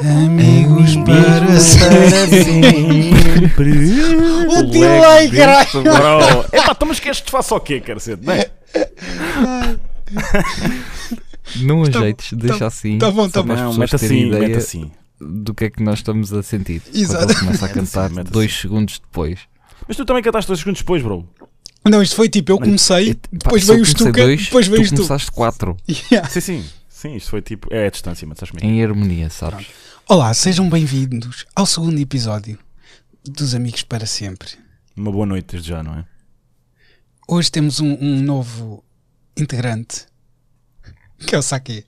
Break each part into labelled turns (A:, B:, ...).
A: Amigos para sempre.
B: O delay, caralho.
C: Bro. Epá, então, mas queres que te faça o quê, cacete? Bem,
A: É, Não
B: Tá-
A: ajeites, deixa
B: tá-
A: assim.
B: tá bom, tá
A: só para as
C: não,
A: pessoas
C: mete
A: terem
C: assim,
A: ideia
C: mete assim.
A: do que é que nós estamos a sentir.
B: Exato.
A: Quando ele começa a cantar
C: mete assim.
A: dois segundos depois.
C: Mas tu também cantaste dois segundos depois, bro.
B: Não, isto foi tipo, eu comecei,
A: E- é, pá,
B: depois
A: se eu
B: veio o
A: comecei
B: Stuka,
A: dois,
B: depois veio o
A: tu
B: Stuka.
A: começaste quatro
B: Yeah.
C: Sim, sim. Sim, isto foi tipo. É a distância, mas estás comigo.
A: em harmonia, sabes?
B: Olá, sejam bem-vindos ao segundo episódio dos Amigos para Sempre.
C: é? Uma boa noite desde já, não é?
B: Hoje temos um, um novo integrante, que é o Saki.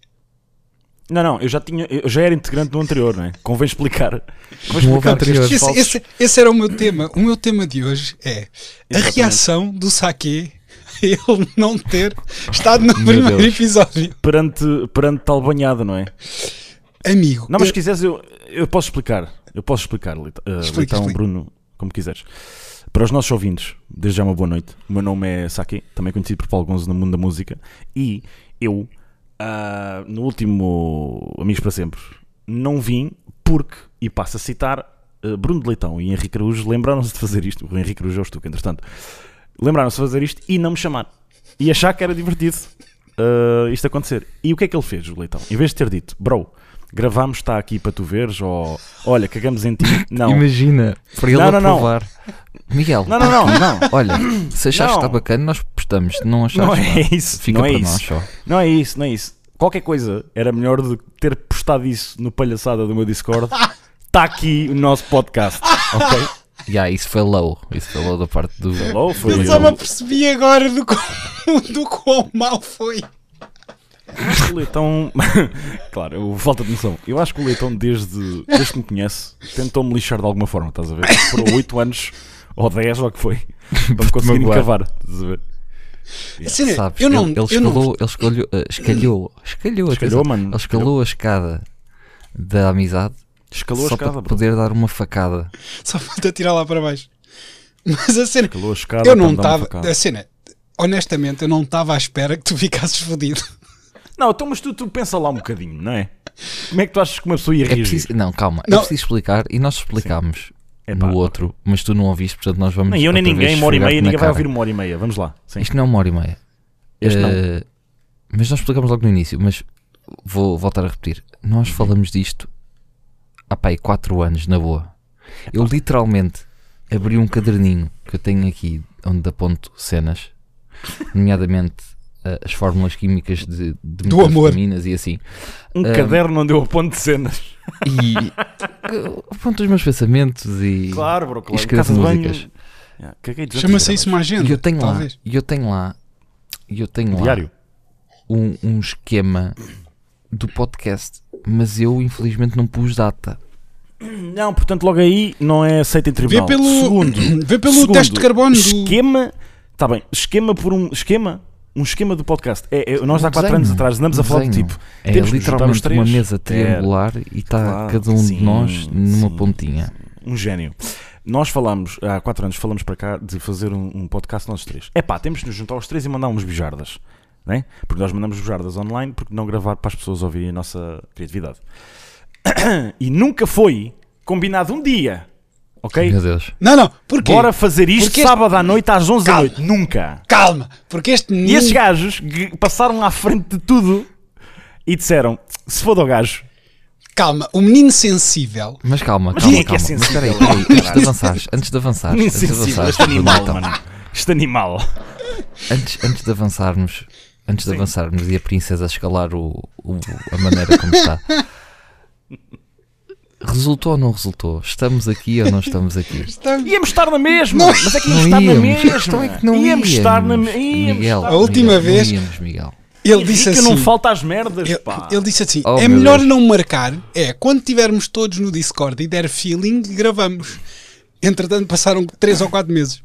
C: Não, não, eu já tinha. Eu já era integrante do anterior, não é? Convém explicar. Convém
A: Não
C: explicar.
A: houve
C: porque estes
B: Esse,
C: falsos-
B: esse- esse era o meu tema. O meu tema de hoje é a
C: Exatamente.
B: reação do Saki a ele não ter estado no primeiro
A: Deus.
B: episódio.
C: Perante, perante tal banhada, não é?
B: Amigo,
C: Não, mas se
B: eu-
C: quiseres, eu, eu posso explicar. Eu posso explicar, Lita- eh,
B: Explica,
C: Litão,
B: explica.
C: Bruno, como quiseres. Para os nossos ouvintes, desde já uma boa noite. O meu nome é Saki, também conhecido por Paulo Gonzo no mundo da música. E eu, ah, no último Amigos para Sempre, não vim porque, e passo a citar, eh, Bruno de Leitão e Henrique Araújo lembraram-se de fazer isto. O Henrique Araújo é o Stuca, entretanto. Lembraram-se de fazer isto e não me chamar. E achar que era divertido ah, isto acontecer. E o que é que ele fez, o Leitão? Em vez de ter dito, bro, gravámos, está aqui para tu veres, ou olha, cagamos em ti. Não.
A: Imagina, para ele
C: Não, não, não.
A: aprovar. Miguel,
C: Não, não, não, não.
A: olha, se achares que está
C: Não.
A: bacana, nós postamos. Se não achares,
C: Não
A: pá,
C: é isso.
A: fica
C: não é
A: para
C: isso.
A: nós só.
C: Não é isso, não é isso. Qualquer coisa era melhor do que ter postado isso no palhaçada do meu Discord. Está aqui o nosso podcast. Ok?
A: Yeah, isso foi low. Isso foi low da parte do.
C: Hello, foi
B: eu só me apercebi agora do quão, do quão mal foi.
C: o Leitão. claro, eu- falta de noção. Eu acho que o Leitão, desde, desde que me conhece, tentou-me lixar de alguma forma, estás a ver? Foram 8 anos ou 10 ou o que foi. Para me conseguir
A: magoar.
C: encavar, estás a ver?
B: Assim,
A: Sabes,
B: eu não,
A: ele, ele
B: eu não-
A: escalou, ele escolheu, eh, escalhou,
C: Escalhou,
A: escalhou, atenção.
C: mano.
A: Ele escalou a escada da amizade
C: Escalou a
A: só
C: escada,
A: para
C: bro.
A: poder dar uma facada.
B: Só falta tirar lá para baixo. Mas a cena,
C: Escalou a escada.
B: eu não
C: para me
A: um
C: dar uma
B: estava.
C: facada.
B: A cena, honestamente, eu não estava à espera que tu ficasses fodido. é-
C: Não, então, mas tu, tu pensa lá um bocadinho, não é? Como é que tu achas que uma pessoa ia
A: É
C: reagir?
A: preciso, não, calma,
B: Não.
A: é preciso explicar e nós explicámos
C: Epá,
A: no outro, mas tu não ouviste, portanto nós vamos.
C: Nem eu nem
A: outra vez
C: ninguém, uma hora e meia,
A: esfregar-te na
C: ninguém vai
A: cara.
C: ouvir uma hora e meia. Vamos lá. Sim.
A: Isto não é uma hora e meia.
C: Este não.
A: Eh, Mas nós explicámos logo no início, mas vou voltar a repetir. Nós
C: Uhum.
A: falamos disto há pai 4 anos, na boa. Eu literalmente abri um caderninho que eu tenho aqui onde aponto cenas, nomeadamente eh, as fórmulas químicas de, de
B: Do amor.
A: metanfetaminas e assim.
C: Um caderno onde eu aponto cenas.
A: E eh, aponto os meus pensamentos e,
C: Claro, bro,
A: e
C: claro.
A: escrevo
C: Casa de banho.
A: músicas.
C: Yeah, caguei de
B: Chama-se
C: jantar,
B: isso uma agenda.
A: E eu tenho lá,
B: talvez.
A: e eu tenho lá, e eu tenho
C: mas-
A: lá.
C: Diário.
A: um, um esquema do podcast, mas eu infelizmente não pus data.
C: Não, portanto, logo aí não é aceito em
B: Vê
C: tribunal.
B: pelo,
C: Segundo,
B: vê pelo
C: segundo,
B: teste de carbono. Do...
C: Esquema. Está bem. Esquema por um. Esquema. Um esquema do podcast. É, é- nós
A: Um
C: há 4
A: desenho,
C: anos atrás andamos a
A: um
C: falar do
A: desenho.
C: tipo.
A: É
C: Temos que juntar os
A: literalmente
C: três.
A: uma mesa triangular e está
C: É. claro,
A: cada um
C: sim,
A: de nós numa
C: sim,
A: pontinha.
C: Um gênio. Nós falámos, há 4 anos, falamos para cá de fazer um, um podcast nós três. É pá, temos de nos juntar os três e mandar uns bijardas. Né? Porque nós mandamos bijardas online, porque não gravar para as pessoas ouvirem a nossa criatividade. E nunca foi combinado um dia, ok?
A: Meu Deus.
B: Não, não, porquê?
C: Bora fazer isto
B: Porque este-
C: sábado à noite às 11 da
B: Calma.
C: noite. Nunca.
B: Calma, porque este
C: E
B: menino.
C: esses gajos g- passaram à frente de tudo e disseram: se for do gajo,
B: Calma, o menino sensível.
A: Mas calma,
C: Mas
A: calma,
C: quem é que é
A: calma. Mas
C: sensível?
A: espera aí, espera aí, antes de
C: Caralho.
A: avançares, antes de avançares, antes de
C: insensível,
A: avançares,
C: este é animal,
A: então,
C: mano. Este animal.
A: antes, antes de avançarmos, antes de avançarmos e a princesa escalar o, o- a maneira como está. Resultou ou não resultou? Estamos aqui ou não estamos aqui?
C: Íamos estar na mesma, mas é que íamos
A: Não
C: estar na
A: íamos.
C: mesma.
A: A questão é que não
C: íamos estar na
A: íamos,
C: mesma. Íamos
A: Miguel,
C: estar
B: A última
A: Miguel,
B: vez-
A: Não íamos, Miguel.
B: Ele disse
C: Henrique,
B: assim.
C: não falta às merdas,
B: Ele,
C: pá.
B: ele disse assim:
A: Oh,
B: é
A: meu
B: melhor
A: Deus.
B: não marcar, é quando tivermos todos no Discord e der feeling, gravamos. Entretanto, passaram 3 ou 4 meses.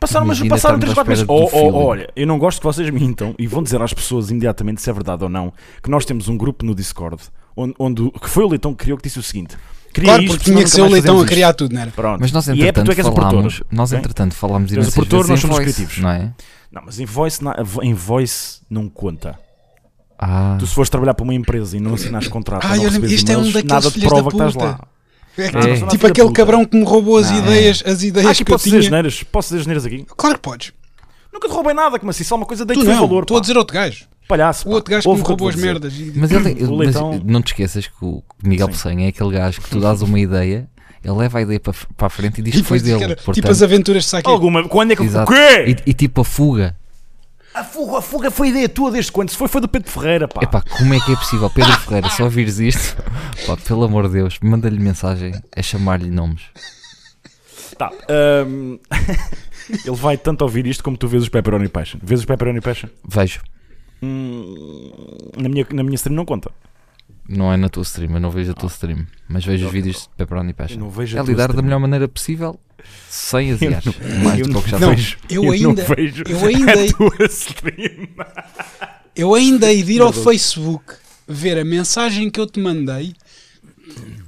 C: Passaram, mas
A: Imagina
C: passaram 3,
A: estarmos à
C: 4 meses.
A: espera
C: Oh,
A: do
C: oh,
A: feeling.
C: olha, eu não gosto que vocês mintam e vão dizer às pessoas imediatamente se é verdade ou não que nós temos um grupo no Discord onde, onde o- que foi o Leitão que criou que disse o seguinte: Queria
B: Claro,
C: isto,
B: porque
C: senão
B: tinha que
C: nunca
B: ser o
C: mais
B: leitão a
C: fazemos
B: criar
C: isto.
B: tudo, não era?
C: Pronto.
A: Mas nós
C: E é porque
A: entretanto
C: tu é que és o
A: falámos,
C: produtor.
A: nós
C: ok?
A: entretanto falámos
C: o
A: imensas
C: produtor,
A: vezes
C: nós
A: em
C: somos
A: voice,
C: criativos.
A: não é?
C: Não, mas em voice, na- em voice não conta.
A: Ah,
C: Tu se fores trabalhar para uma empresa e não assinas contrato,
B: Ai,
C: não
B: olha,
C: recebes
B: isto é um
C: e-mails,
B: daqueles
C: nada te
B: filhos
C: prova
B: da
C: que estás
B: puta.
C: lá. Ah,
B: É que-
A: Não, mas não
B: Tipo
C: filha
B: aquele
C: puta.
B: cabrão que me roubou as
C: Não.
B: ideias, as ideias
C: Acho
B: que,
C: que
B: eu
C: posso dizer
B: tinha.
C: asneiras, posso dizer asneiras aqui.
B: Claro que podes.
C: Nunca te roubei nada, como assim, só uma coisa dei-te
B: Tu
C: um
B: não,
C: valor.
B: estou a
C: pá.
B: dizer outro gajo.
C: Palhaço.
B: O
C: pá.
B: outro gajo que
C: Ouve
B: me
C: o que eu te
B: roubou as
C: vou dizer.
B: merdas. e-
A: Mas, ele, é-
C: O
A: mas
C: leitão-
A: não te esqueças que o Miguel
C: Sim.
A: Peçanha é aquele gajo que tu dás uma ideia, ele leva a ideia para, f- para a frente e diz
B: E
A: que foi
B: depois diz que
A: dele.
B: era
A: Portanto,
B: tipo as aventuras de Saki.
C: Alguma? Quando é que
A: exato.
C: O quê?
A: E, e tipo a fuga.
C: A fuga, a fuga foi ideia tua desde quando? Se foi, foi do Pedro Ferreira, pá.
A: Epá, como é que é possível? Pedro
C: Ah.
A: Ferreira, só ouvires isto, pá, pelo amor de Deus, manda-lhe mensagem a chamar-lhe nomes.
C: Tá. hum, ele vai tanto ouvir isto como tu vês os Pepperoni Passion. Vês os Pepperoni Passion?
A: Vejo,
C: Hum, na, minha, na minha stream não conta.
A: não é na tua stream, eu não vejo a tua stream, mas vejo os vídeos de Pepperoni Passion.
C: Ah. Eu não vejo a
A: É
C: tua
A: lidar da
C: stream.
A: melhor maneira possível, sem aziar. Mais
C: eu
A: do
C: não
A: que já
B: não,
A: vejo.
B: eu
C: não
B: ainda,
C: vejo
B: eu ainda,
C: a tua stream.
B: eu ainda hei de ir ao Facebook ver a mensagem que eu te mandei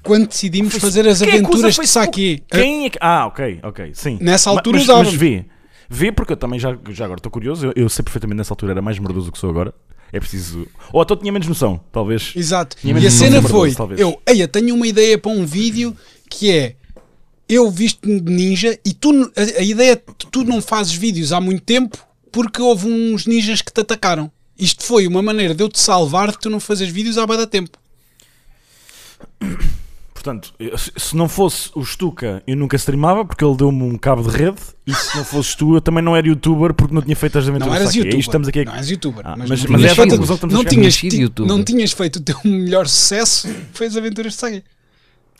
B: quando decidimos fazer as
C: Quem é que usa
B: aventuras de
C: Facebook?
B: Saki.
C: Quem é que... Ah, ok, ok, sim.
B: Nessa
C: Ma-
B: altura
C: mas,
B: usava.
C: mas vê. Vê porque eu também já, já agora estou curioso. Eu, eu sei perfeitamente nessa altura era mais merdoso do que sou agora. É preciso... Ou então tinha menos noção, talvez.
B: Exato.
C: Tinha
B: E a
C: menos
B: cena
C: número
B: foi:
C: doze, talvez.
B: eu, ei, eu tenho uma ideia para um vídeo que é eu visto-me de ninja e tu, n- a, a ideia é que tu não fazes vídeos há muito tempo porque houve uns ninjas que te atacaram. Isto foi uma maneira de eu te salvar de tu não fazes vídeos há bada tempo.
C: Portanto, eu- se se não fosse o Stuka, eu nunca streamava porque ele deu-me um cabo de rede. E se não fosses tu, eu também não era youtuber porque não tinha feito as aventuras
B: Não eras
C: aqui. É isto que
B: youtuber.
C: estamos aqui a-
B: Não eras youtuber.
C: Ah,
B: mas
C: mas-
B: não
C: mas
B: tinhas
A: é essa a
B: feito-
A: conclusão que
C: estamos a
B: não
C: chegar.
B: tinhas,
A: Não tinhas
B: ti-
A: youtuber.
B: não tinhas feito o teu melhor sucesso, foi as aventuras de saga.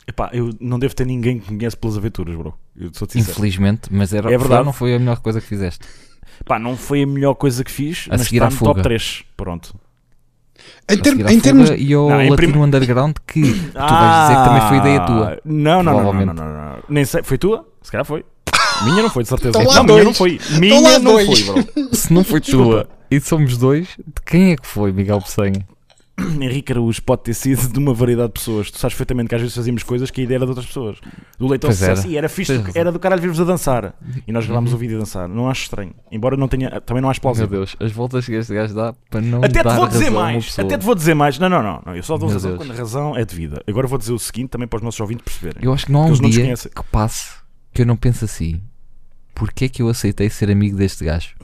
C: Epá, eu não devo ter ninguém que me conhece pelas aventuras, bro. Eu sou sincero.
A: Infelizmente, mas era,
C: É
A: foi-
C: verdade.
A: não foi a melhor coisa que fizeste.
C: Pá, não foi a melhor coisa que fiz,
A: A
C: mas
A: seguir
C: está
A: à
C: no
A: fuga.
C: top 3. Pronto.
B: Em,
A: A
B: term-
A: seguir à
B: em
A: fuga
B: termos.
A: e ao
C: Não, em
A: Latino
C: prim- Ah.
A: Underground que tu vais dizer que também foi ideia tua.
C: Não, não, não, não, não,
A: Provavelmente.
C: não, não. Nem sei. Foi tua? Se calhar foi. Minha não foi, de certeza.
B: Estão Então lá
C: não, minha
B: dois.
C: não foi.
B: Estão
C: Minha
B: lá
C: não
B: dois.
C: foi, bro.
A: Se não foi tua e somos dois, de quem é que foi Miguel Peçanha?
C: Henrique Araújo pode ter sido de uma variedade de pessoas. Tu sabes perfeitamente que às vezes fazíamos coisas que a ideia era de outras pessoas. Do leitão
A: Pois Uhum.
C: sucesso
A: era.
C: e era fixe,
A: Tens
C: do-
A: razão.
C: era do caralho vir-vos a dançar. E nós gravámos o vídeo a dançar. Não acho estranho. Embora não tenha, também não acho
A: Meu
C: plausível.
A: Deus, as voltas que este gajo dá para não
C: Até
A: dar
C: te vou dizer
A: razão a uma
C: mais.
A: pessoa.
C: Até te vou dizer mais. Não, não, não. não eu só dou
A: Meu
C: razão
A: Deus.
C: quando a razão é devida. Agora vou dizer o seguinte também para os nossos ouvintes perceberem.
A: Eu acho que não há um
C: Porque eles não te
A: dia
C: conhecem.
A: que passe que eu não pense assim. Porquê é que eu aceitei ser amigo deste gajo?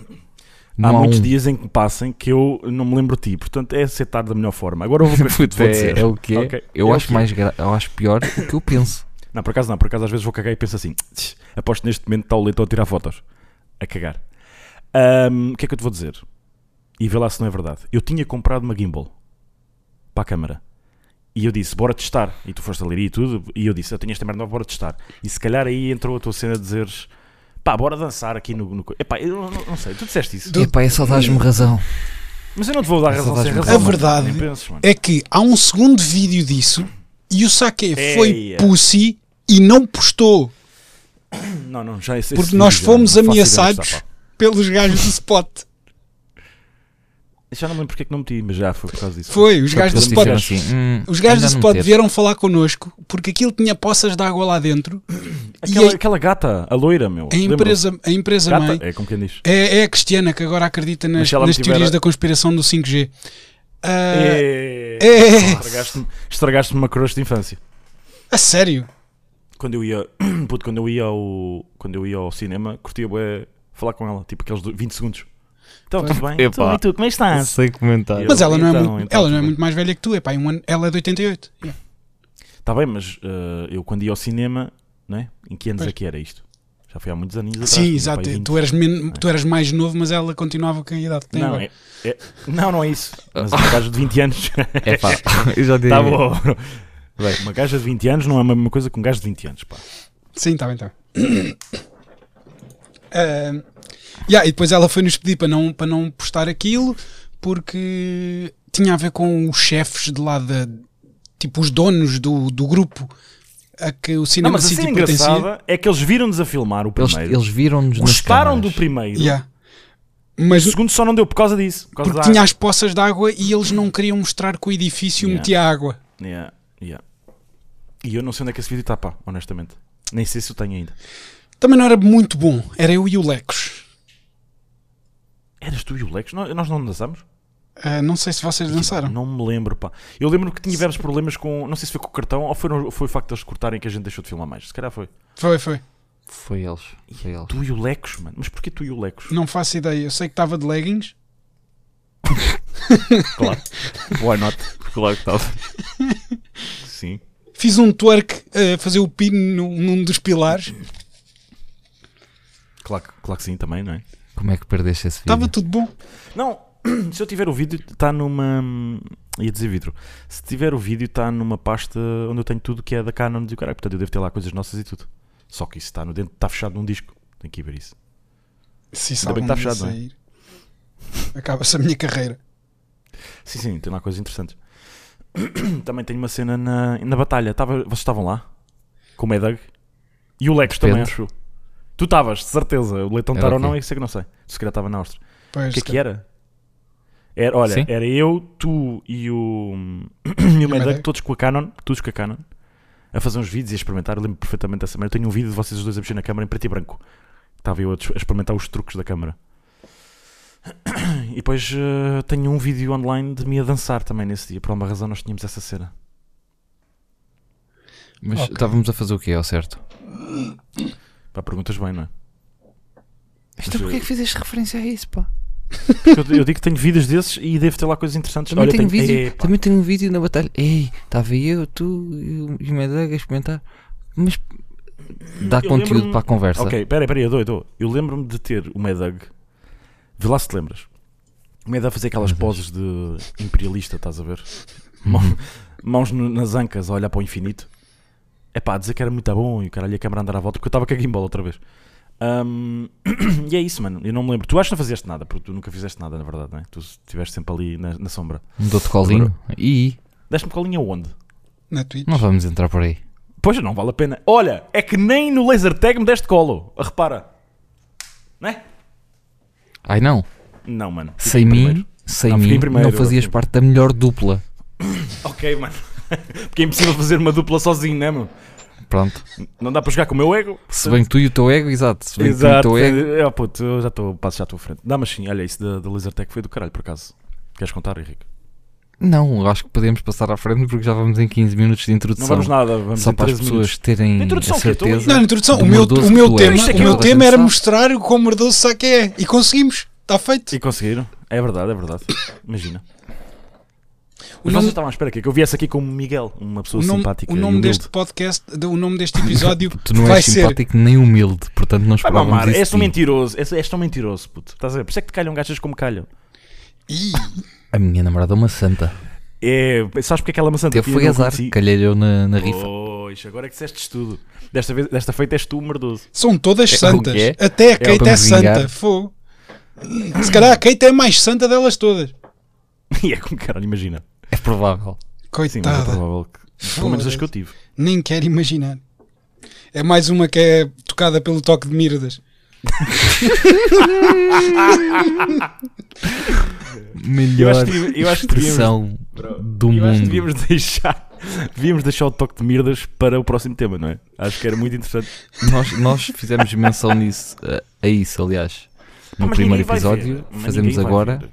A: Não
C: Há muitos
A: um.
C: dias em que passem que eu não me lembro de ti. Portanto, é aceitar da melhor forma. Agora eu vou, vou
A: Puta,
C: dizer.
A: é, é o que é.
C: Ok.
A: Eu,
C: É o
A: acho
C: que é.
A: mais gra- eu acho pior o que eu penso.
C: Não, por acaso não, por acaso às vezes vou cagar e penso assim: "Tch, aposto neste momento está o leitão a tirar fotos. A cagar. Ahm, o que é que eu te vou dizer? E vê lá se não é verdade. Eu tinha comprado uma gimbal para a câmara. E eu disse, bora testar. E tu foste a ler e tudo. E eu disse, eu tenho esta merda, nova, bora testar. E se calhar aí entrou a tua cena a dizeres, pá, bora dançar aqui no. no... co-". Epá, eu não, não- não sei, tu disseste isso.
A: Epá, é só dás-me razão.
C: Mas eu não te vou dar
A: Só
C: razão
A: dás
C: sem
A: um
B: A
C: razão.
A: bocado.
C: mano.
B: verdade
C: Nem penses, mano.
B: é que há um segundo vídeo disso e o Saque foi
C: Eia.
B: pussy e não postou
C: Não, não, já é esse-
B: porque
C: esse
B: nós
C: vídeo já
B: fomos
C: não é? faço ideia onde está,
B: ameaçados
C: pá.
B: pelos gajos do spot.
C: Já não me lembro porque é que não meti, mas já foi por causa disso.
B: Foi, os gajos do
A: Eles
B: spot.
A: disseram assim, "Hum,
B: Os gajos do
A: ainda não
B: spot
A: teve."
B: vieram falar connosco porque aquilo tinha poças de água lá dentro
C: Aquela,
B: e
C: aquela gata, a loira, meu.
B: a, a empresa, a empresa
C: Gata,
B: mãe
C: é como quem diz.
B: é, é a Cristiana que agora acredita nas,
C: Mas se ela me
B: nas
C: tiver
B: teorias
C: a-
B: da conspiração do 5G. Ah,
C: É...
B: é.
C: Estragaste-me estragaste uma crush de infância.
B: A sério?
C: Quando eu ia, puto, quando eu ia ao, quando eu ia ao cinema, curtia bué falar com ela, tipo aqueles do- 20 segundos. Então, tudo bem?
A: Epá.
C: Tudo bem, tu, como é que estás?
A: Sem comentar.
B: Mas ela não, é,
C: Então,
B: muito,
C: então,
B: ela não é
C: tudo
B: muito mais velha que tu, é pá, um ano, ela é de 88. Yeah.
C: Está bem, mas eh, eu quando ia ao cinema, não é? Em que anos
B: Pois.
C: é que era isto? Já foi há muitos anos atrás.
B: Sim,
C: tinha
B: exato.
C: pai 20.
B: Tu eras, men- tu eras mais novo, mas ela continuava com a idade que tem
C: Não,
B: agora.
C: é, é- não, não é isso. Mas um gajo de 20 anos.
A: É pá, eu já dei.
C: Tá bom. Bem, uma gaja de 20 anos não é a mesma coisa que um gajo de 20 anos, pá.
B: Sim, está bem, está bem. Ah, yeah, e depois ela foi nos pedir para não, para não postar aquilo porque tinha a ver com os chefes de lá da. Tipo, os donos do, do grupo a que o
C: Não,
B: Cinema
C: mas assim a
B: City
C: cena
B: pertencia.
C: engraçada é que eles viram-nos a filmar o
A: Eles,
C: primeiro.
A: eles viram-nos nas
C: gostaram do
A: câmaras.
C: primeiro.
B: Yeah.
C: O
B: Mas
C: segundo só não deu por causa disso. Por causa
B: porque
C: da
B: tinha as poças de água e eles não queriam mostrar que o edifício
C: Yeah.
B: metia água.
C: água. Yeah, yeah. E eu não sei onde é que esse vídeo está, pá, honestamente. Nem sei se eu tenho ainda.
B: Também não era muito bom, era eu e o Lecos.
C: Eras tu e o Lex? Nó- Nós não dançamos?
B: Ah, não sei se vocês dançaram.
C: Não me lembro, pá. Eu lembro que tivemos problemas com. Não sei se foi com o cartão ou foi, no- foi o facto de eles cortarem que a gente deixou de filmar mais. Se calhar foi.
B: Foi, foi.
A: Foi eles. Foi eles.
C: Tu e o Lecos, mano. Mas porquê tu e o Lecos?
B: Não faço ideia. Eu sei que estava de leggings.
C: Claro. Why not? Claro que estava. Sim.
B: Fiz um twerk a fazer o pino num, num dos pilares.
C: Claro, que- claro que sim, também, não é?
A: Como é que perdeste esse vídeo?
C: Uhum.
B: Estava tudo bom.
C: Não, se eu tiver o vídeo, está numa. ia dizer vidro. Se tiver o vídeo, está numa pasta onde eu tenho tudo que é da Canon e o caralho. Portanto, eu devo ter lá coisas nossas e tudo. Só que isso está no dentro, está fechado num disco. Tenho que ir ver isso.
B: Se isso
C: Ainda bem
B: algum
C: que
B: dia
C: está fechado, é? não
B: sair, acaba-se a minha carreira.
C: Sim, sim, tem lá coisas interessantes. também tenho uma cena na, na batalha. Tava, vocês estavam lá? Com o Medag? E o Lex também,
A: Depende.
C: acho. eu. Tu estavas, de certeza. O Leitão
A: Era
C: estar ou
A: o
C: não,
A: quê?
C: é que sei que não sei. Se calhar estava na Áustria.
B: Pois,
C: O que é que era? era olha,
A: Sim.
C: era eu, tu e o, e o Medak,
B: Medak.
C: todos com a Canon, todos com a Canon, a fazer uns vídeos e a experimentar. Eu lembro perfeitamente dessa merda. Eu tenho um vídeo de vocês os dois a mexer na câmera em preto e branco. Estava eu a des- a experimentar os truques da câmera. E depois eh, tenho um vídeo online de me a dançar também nesse dia. Por alguma razão nós tínhamos essa cena.
A: Mas
B: Ok.
A: estávamos a fazer o quê, ao certo?
C: Pá, perguntas bem, não é?
A: Então porquê é que fizeste referência a isso, pá?
C: Porque eu, eu digo que tenho vídeos desses e devo ter lá coisas interessantes.
A: Também
C: Olha,
A: tenho,
C: eu tenho-
A: vídeo,
C: eh, pá.
A: também tenho um vídeo na batalha. Ei, estava eu, tu e o- e o Medaga a experimentar. Mas dá
C: Eu
A: conteúdo
C: lembro-me-
A: para a conversa.
C: Ok, peraí, peraí, eu dou, eu dou. Eu lembro-me de ter o Medug. Vê lá se te lembras. O Medug fazia aquelas
A: Meu Deus. Uhum.
C: poses de imperialista, estás a ver? Mão- Mãos no- nas ancas a olhar para o infinito. É pá, dizer que era muito bom e o caralho a câmera a andar à volta porque eu estava com a gimbal outra vez. Ahm, e é isso, mano. Eu não me lembro. Tu achas que não fazeste nada, porque tu nunca fizeste nada, na verdade, não é? Tu estiveste sempre ali na, na sombra.
A: Mudou-te colinho. E
C: Deste-me colinha onde?
B: Na Twitch.
A: não vamos entrar por aí.
C: Pois não vale a pena. Olha, é que nem no laser tag me deste colo. Repara. Não é?
A: Ai não,
C: Não, mano. Fiquei
A: sem
C: em
A: mim,
C: primeiro.
A: sem
C: Não, fiquei
A: mim,
C: em primeiro,
A: não fazias
C: eu fiquei-
A: parte da melhor dupla.
C: Ok, mano. Porque é impossível fazer uma dupla sozinho, não é, mano?
A: Pronto.
C: Não dá para jogar com o meu ego.
A: Se bem que tu e o teu ego, exato. Se bem que
C: Exato.
A: tu e o teu ego.
C: É, puto, eu já estou, passo já à tua frente. Dá, mas sim, olha, isso da, da Lasertag foi do caralho, por acaso. Queres contar, Henrique?
A: Não, eu acho que podemos passar à frente porque já vamos em 15 minutos de
C: Não
A: introdução.
C: vamos nada, vamos
A: Só
C: em
A: para as
C: 13
A: pessoas
C: minutos.
A: terem
C: A introdução
A: a
C: o quê? Estou
A: certeza.
B: Não, na introdução,
A: Do
B: o meu,
A: mordoso
B: o meu
A: que tu
B: tema,
A: és.
C: Isto é que
B: o meu
C: eu-
B: tema era
A: atenção.
B: mostrar o quão merdoso saque é. E conseguimos. Está feito.
C: E conseguiram. É verdade, é verdade. Imagina.
B: O
C: Mas
B: nome,
C: vocês estavam à espera que, que eu viesse aqui como Miguel, uma pessoa
B: o nome-
C: tá simpática
B: o
C: e
B: nome
C: humilde.
B: deste podcast, de- o nome deste episódio
A: Tu não
B: vai
A: és
B: ser.
A: simpático nem humilde, portanto não
C: Vai
A: esperávamos
C: mamar, é
A: isso
C: és
A: de
C: tão
A: ti.
C: mentiroso, és, és tão mentiroso, puto. Estás a ver? Por isso é que te calham gajas como calham.
B: Ih,
A: A minha namorada é uma santa.
C: É, sabes porque aquela maçã
A: Até foi azar, calhei eu na, na rifa.
C: Pois, agora é que disseste tudo. Desta, vez, desta feita és tu, merdoso.
B: são todas
A: É,
B: santas.
A: o que é?
B: Até a
A: É o que
B: Kate é,
A: me vingar.
B: santa. Fogo. Se calhar a Kate é a mais santa delas todas.
C: E é como caralho, imagina.
A: É provável.
C: Sim, mas é
B: Coitada.
C: provável que. Pelo menos as que eu tive.
B: Nem quero imaginar. É mais uma que é tocada pelo toque de mirdas.
A: Melhor
C: Eu acho que devíamos- eu acho que
A: expressão do
C: Eu acho que
A: mundo.
C: devíamos deixar, devíamos deixar o toque de mirdas para o próximo tema, não é? Acho que era muito interessante.
A: Nós, nós fizemos menção nisso, a, a isso, aliás. No
C: Ah, Mas
A: primeiro
C: ninguém vai
A: episódio,
C: ver. Mas
A: fazemos
C: ninguém vai
A: agora.
C: ver.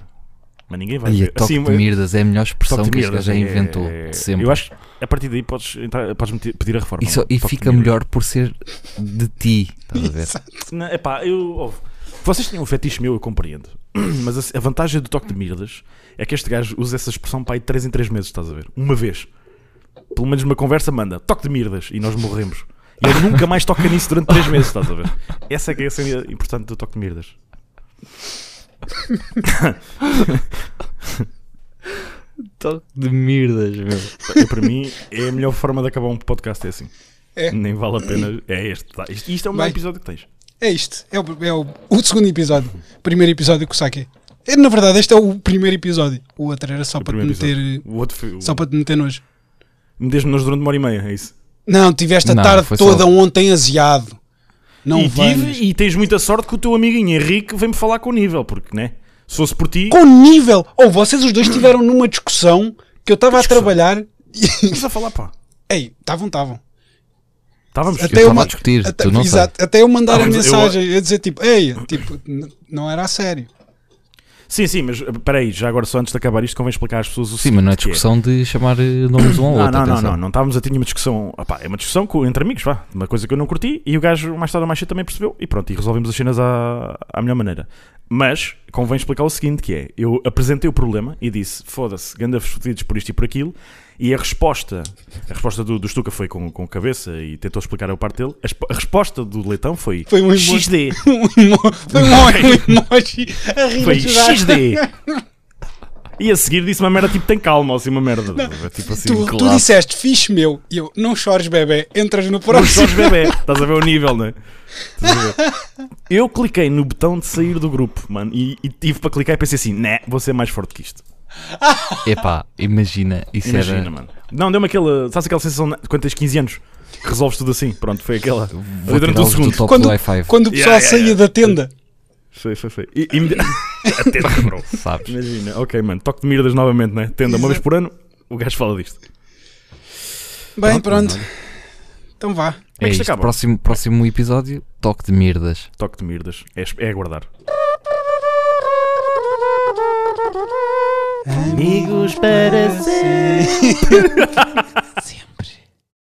C: Mas ninguém vai
A: E
C: ver.
A: a toque
C: Assim,
A: de mirdas é a melhor expressão
C: toque de
A: que este
C: mirdas
A: gajo já
C: é-
A: inventou.
C: é-
A: de sempre.
C: Eu acho que a partir daí podes, entrar, podes meter- pedir a reforma.
A: e só- e
C: Toque de
A: fica
C: mirdas.
A: melhor por ser de ti. Estás a ver?
C: Não, epá, eu. ouve, Vocês têm um fetiche meu, eu compreendo. Mas a, a vantagem do toque de mirdas é que este gajo usa essa expressão para aí 3 em 3 meses, estás a ver? Uma vez. Pelo menos uma conversa manda toque de mirdas e nós morremos. E ele nunca mais toca nisso durante 3 meses, estás a ver? Essa é que é a cena importante do toque de mirdas.
A: Toque de mirdas, meu.
C: Eu, para mim é a melhor forma de acabar um podcast, é assim.
B: É.
C: Nem vale a pena. É este. tá. Isto, isto é o melhor
B: Bem.
C: episódio que tens.
B: É isto. É o, é o, o segundo episódio. Primeiro episódio com o Saki. É, Na verdade, este é o primeiro episódio. O outro era só
C: O
B: para te
C: primeiro
B: meter.
C: episódio. O outro foi.
B: Só para te meter nojo.
C: Me desde-nos durante uma hora e meia, é isso.
B: Não, tiveste a
A: Não,
B: tarde
A: foi só-
B: toda ontem aziado. Não
C: e
B: venhas.
C: tive, e tens muita sorte que o teu amiguinho Henrique vem-me falar com o nível, porque, né? Se fosse por ti,
B: Com nível! Ou vocês os dois estiveram numa discussão que eu estava a
C: discussão?
B: trabalhar e.
C: estamos a falar, pá.
B: Ei, estavam, estavam.
C: Estávamos.
A: Até- estava a discutir,
B: até,
A: tu não
B: exato, até eu mandar
C: Ah,
B: a
C: mas eu-
B: mensagem a dizer tipo, ei, tipo, n- não era a sério.
C: Sim, sim, mas espera aí, já agora só antes de acabar isto convém explicar às pessoas o
A: Sim, mas não é
C: seguinte, que
A: discussão de chamar eh, nomes um ao
C: Não,
A: outro.
C: não, não,
A: atenção.
C: não, não estávamos a ter nenhuma discussão. opá, é uma discussão co- entre amigos, vá. Uma coisa que eu não curti e o gajo, mais tarde ou mais cedo, também percebeu e pronto, e resolvemos as cenas à, à melhor maneira. Mas convém explicar o seguinte: que é, eu apresentei o problema e disse, foda-se, ganda fodidos por isto e por aquilo, e a resposta, a resposta do, do Stuka foi com, com cabeça e tentou explicar a parte dele. A, esp- a resposta do Leitão foi,
B: Foi um emoji.
C: XD.
B: Um emo- Foi um emoji a rir
C: Foi
B: a chorar.
C: XD. E a seguir disse uma merda tipo tem calma, ou assim, uma merda. tipo assim,
A: Sim,
B: Tu, tu
A: claro.
B: disseste fixe meu e eu não chores bebê, entras no
C: Não
B: próximo.
C: sós bebê. Estás a ver o nível, não é? Estás a ver? Eu cliquei no botão de sair do grupo, mano, e, e tive para clicar e pensei assim, né, vou ser mais forte que isto.
A: Epá, imagina, isso é
C: Imagina,
A: era.
C: mano. Não, deu-me aquela, sabes aquela sensação de quando tens 15 anos, que resolves tudo assim. Pronto, foi aquela.
A: Vou
C: Foi durante um
A: tirá-los do
C: segundo.
A: top
B: Quando-
A: do Wi-Fi,
B: Quando o pessoal
C: Yeah, yeah,
B: saía da tenda.
C: Foi, foi, foi. E, e me... Até quebrou.
A: sabes?
C: Imagina, ok, mano, toque de mirdas novamente, né? Tenda uma vez por ano, o gajo fala disto.
B: Bem, pronto. Então vá.
C: que
A: É
C: isto
A: isto.
C: acaba?
A: Próximo, próximo episódio, toque de merdas.
C: Toque de mirdas, é, es- é aguardar.
D: Amigos para sempre.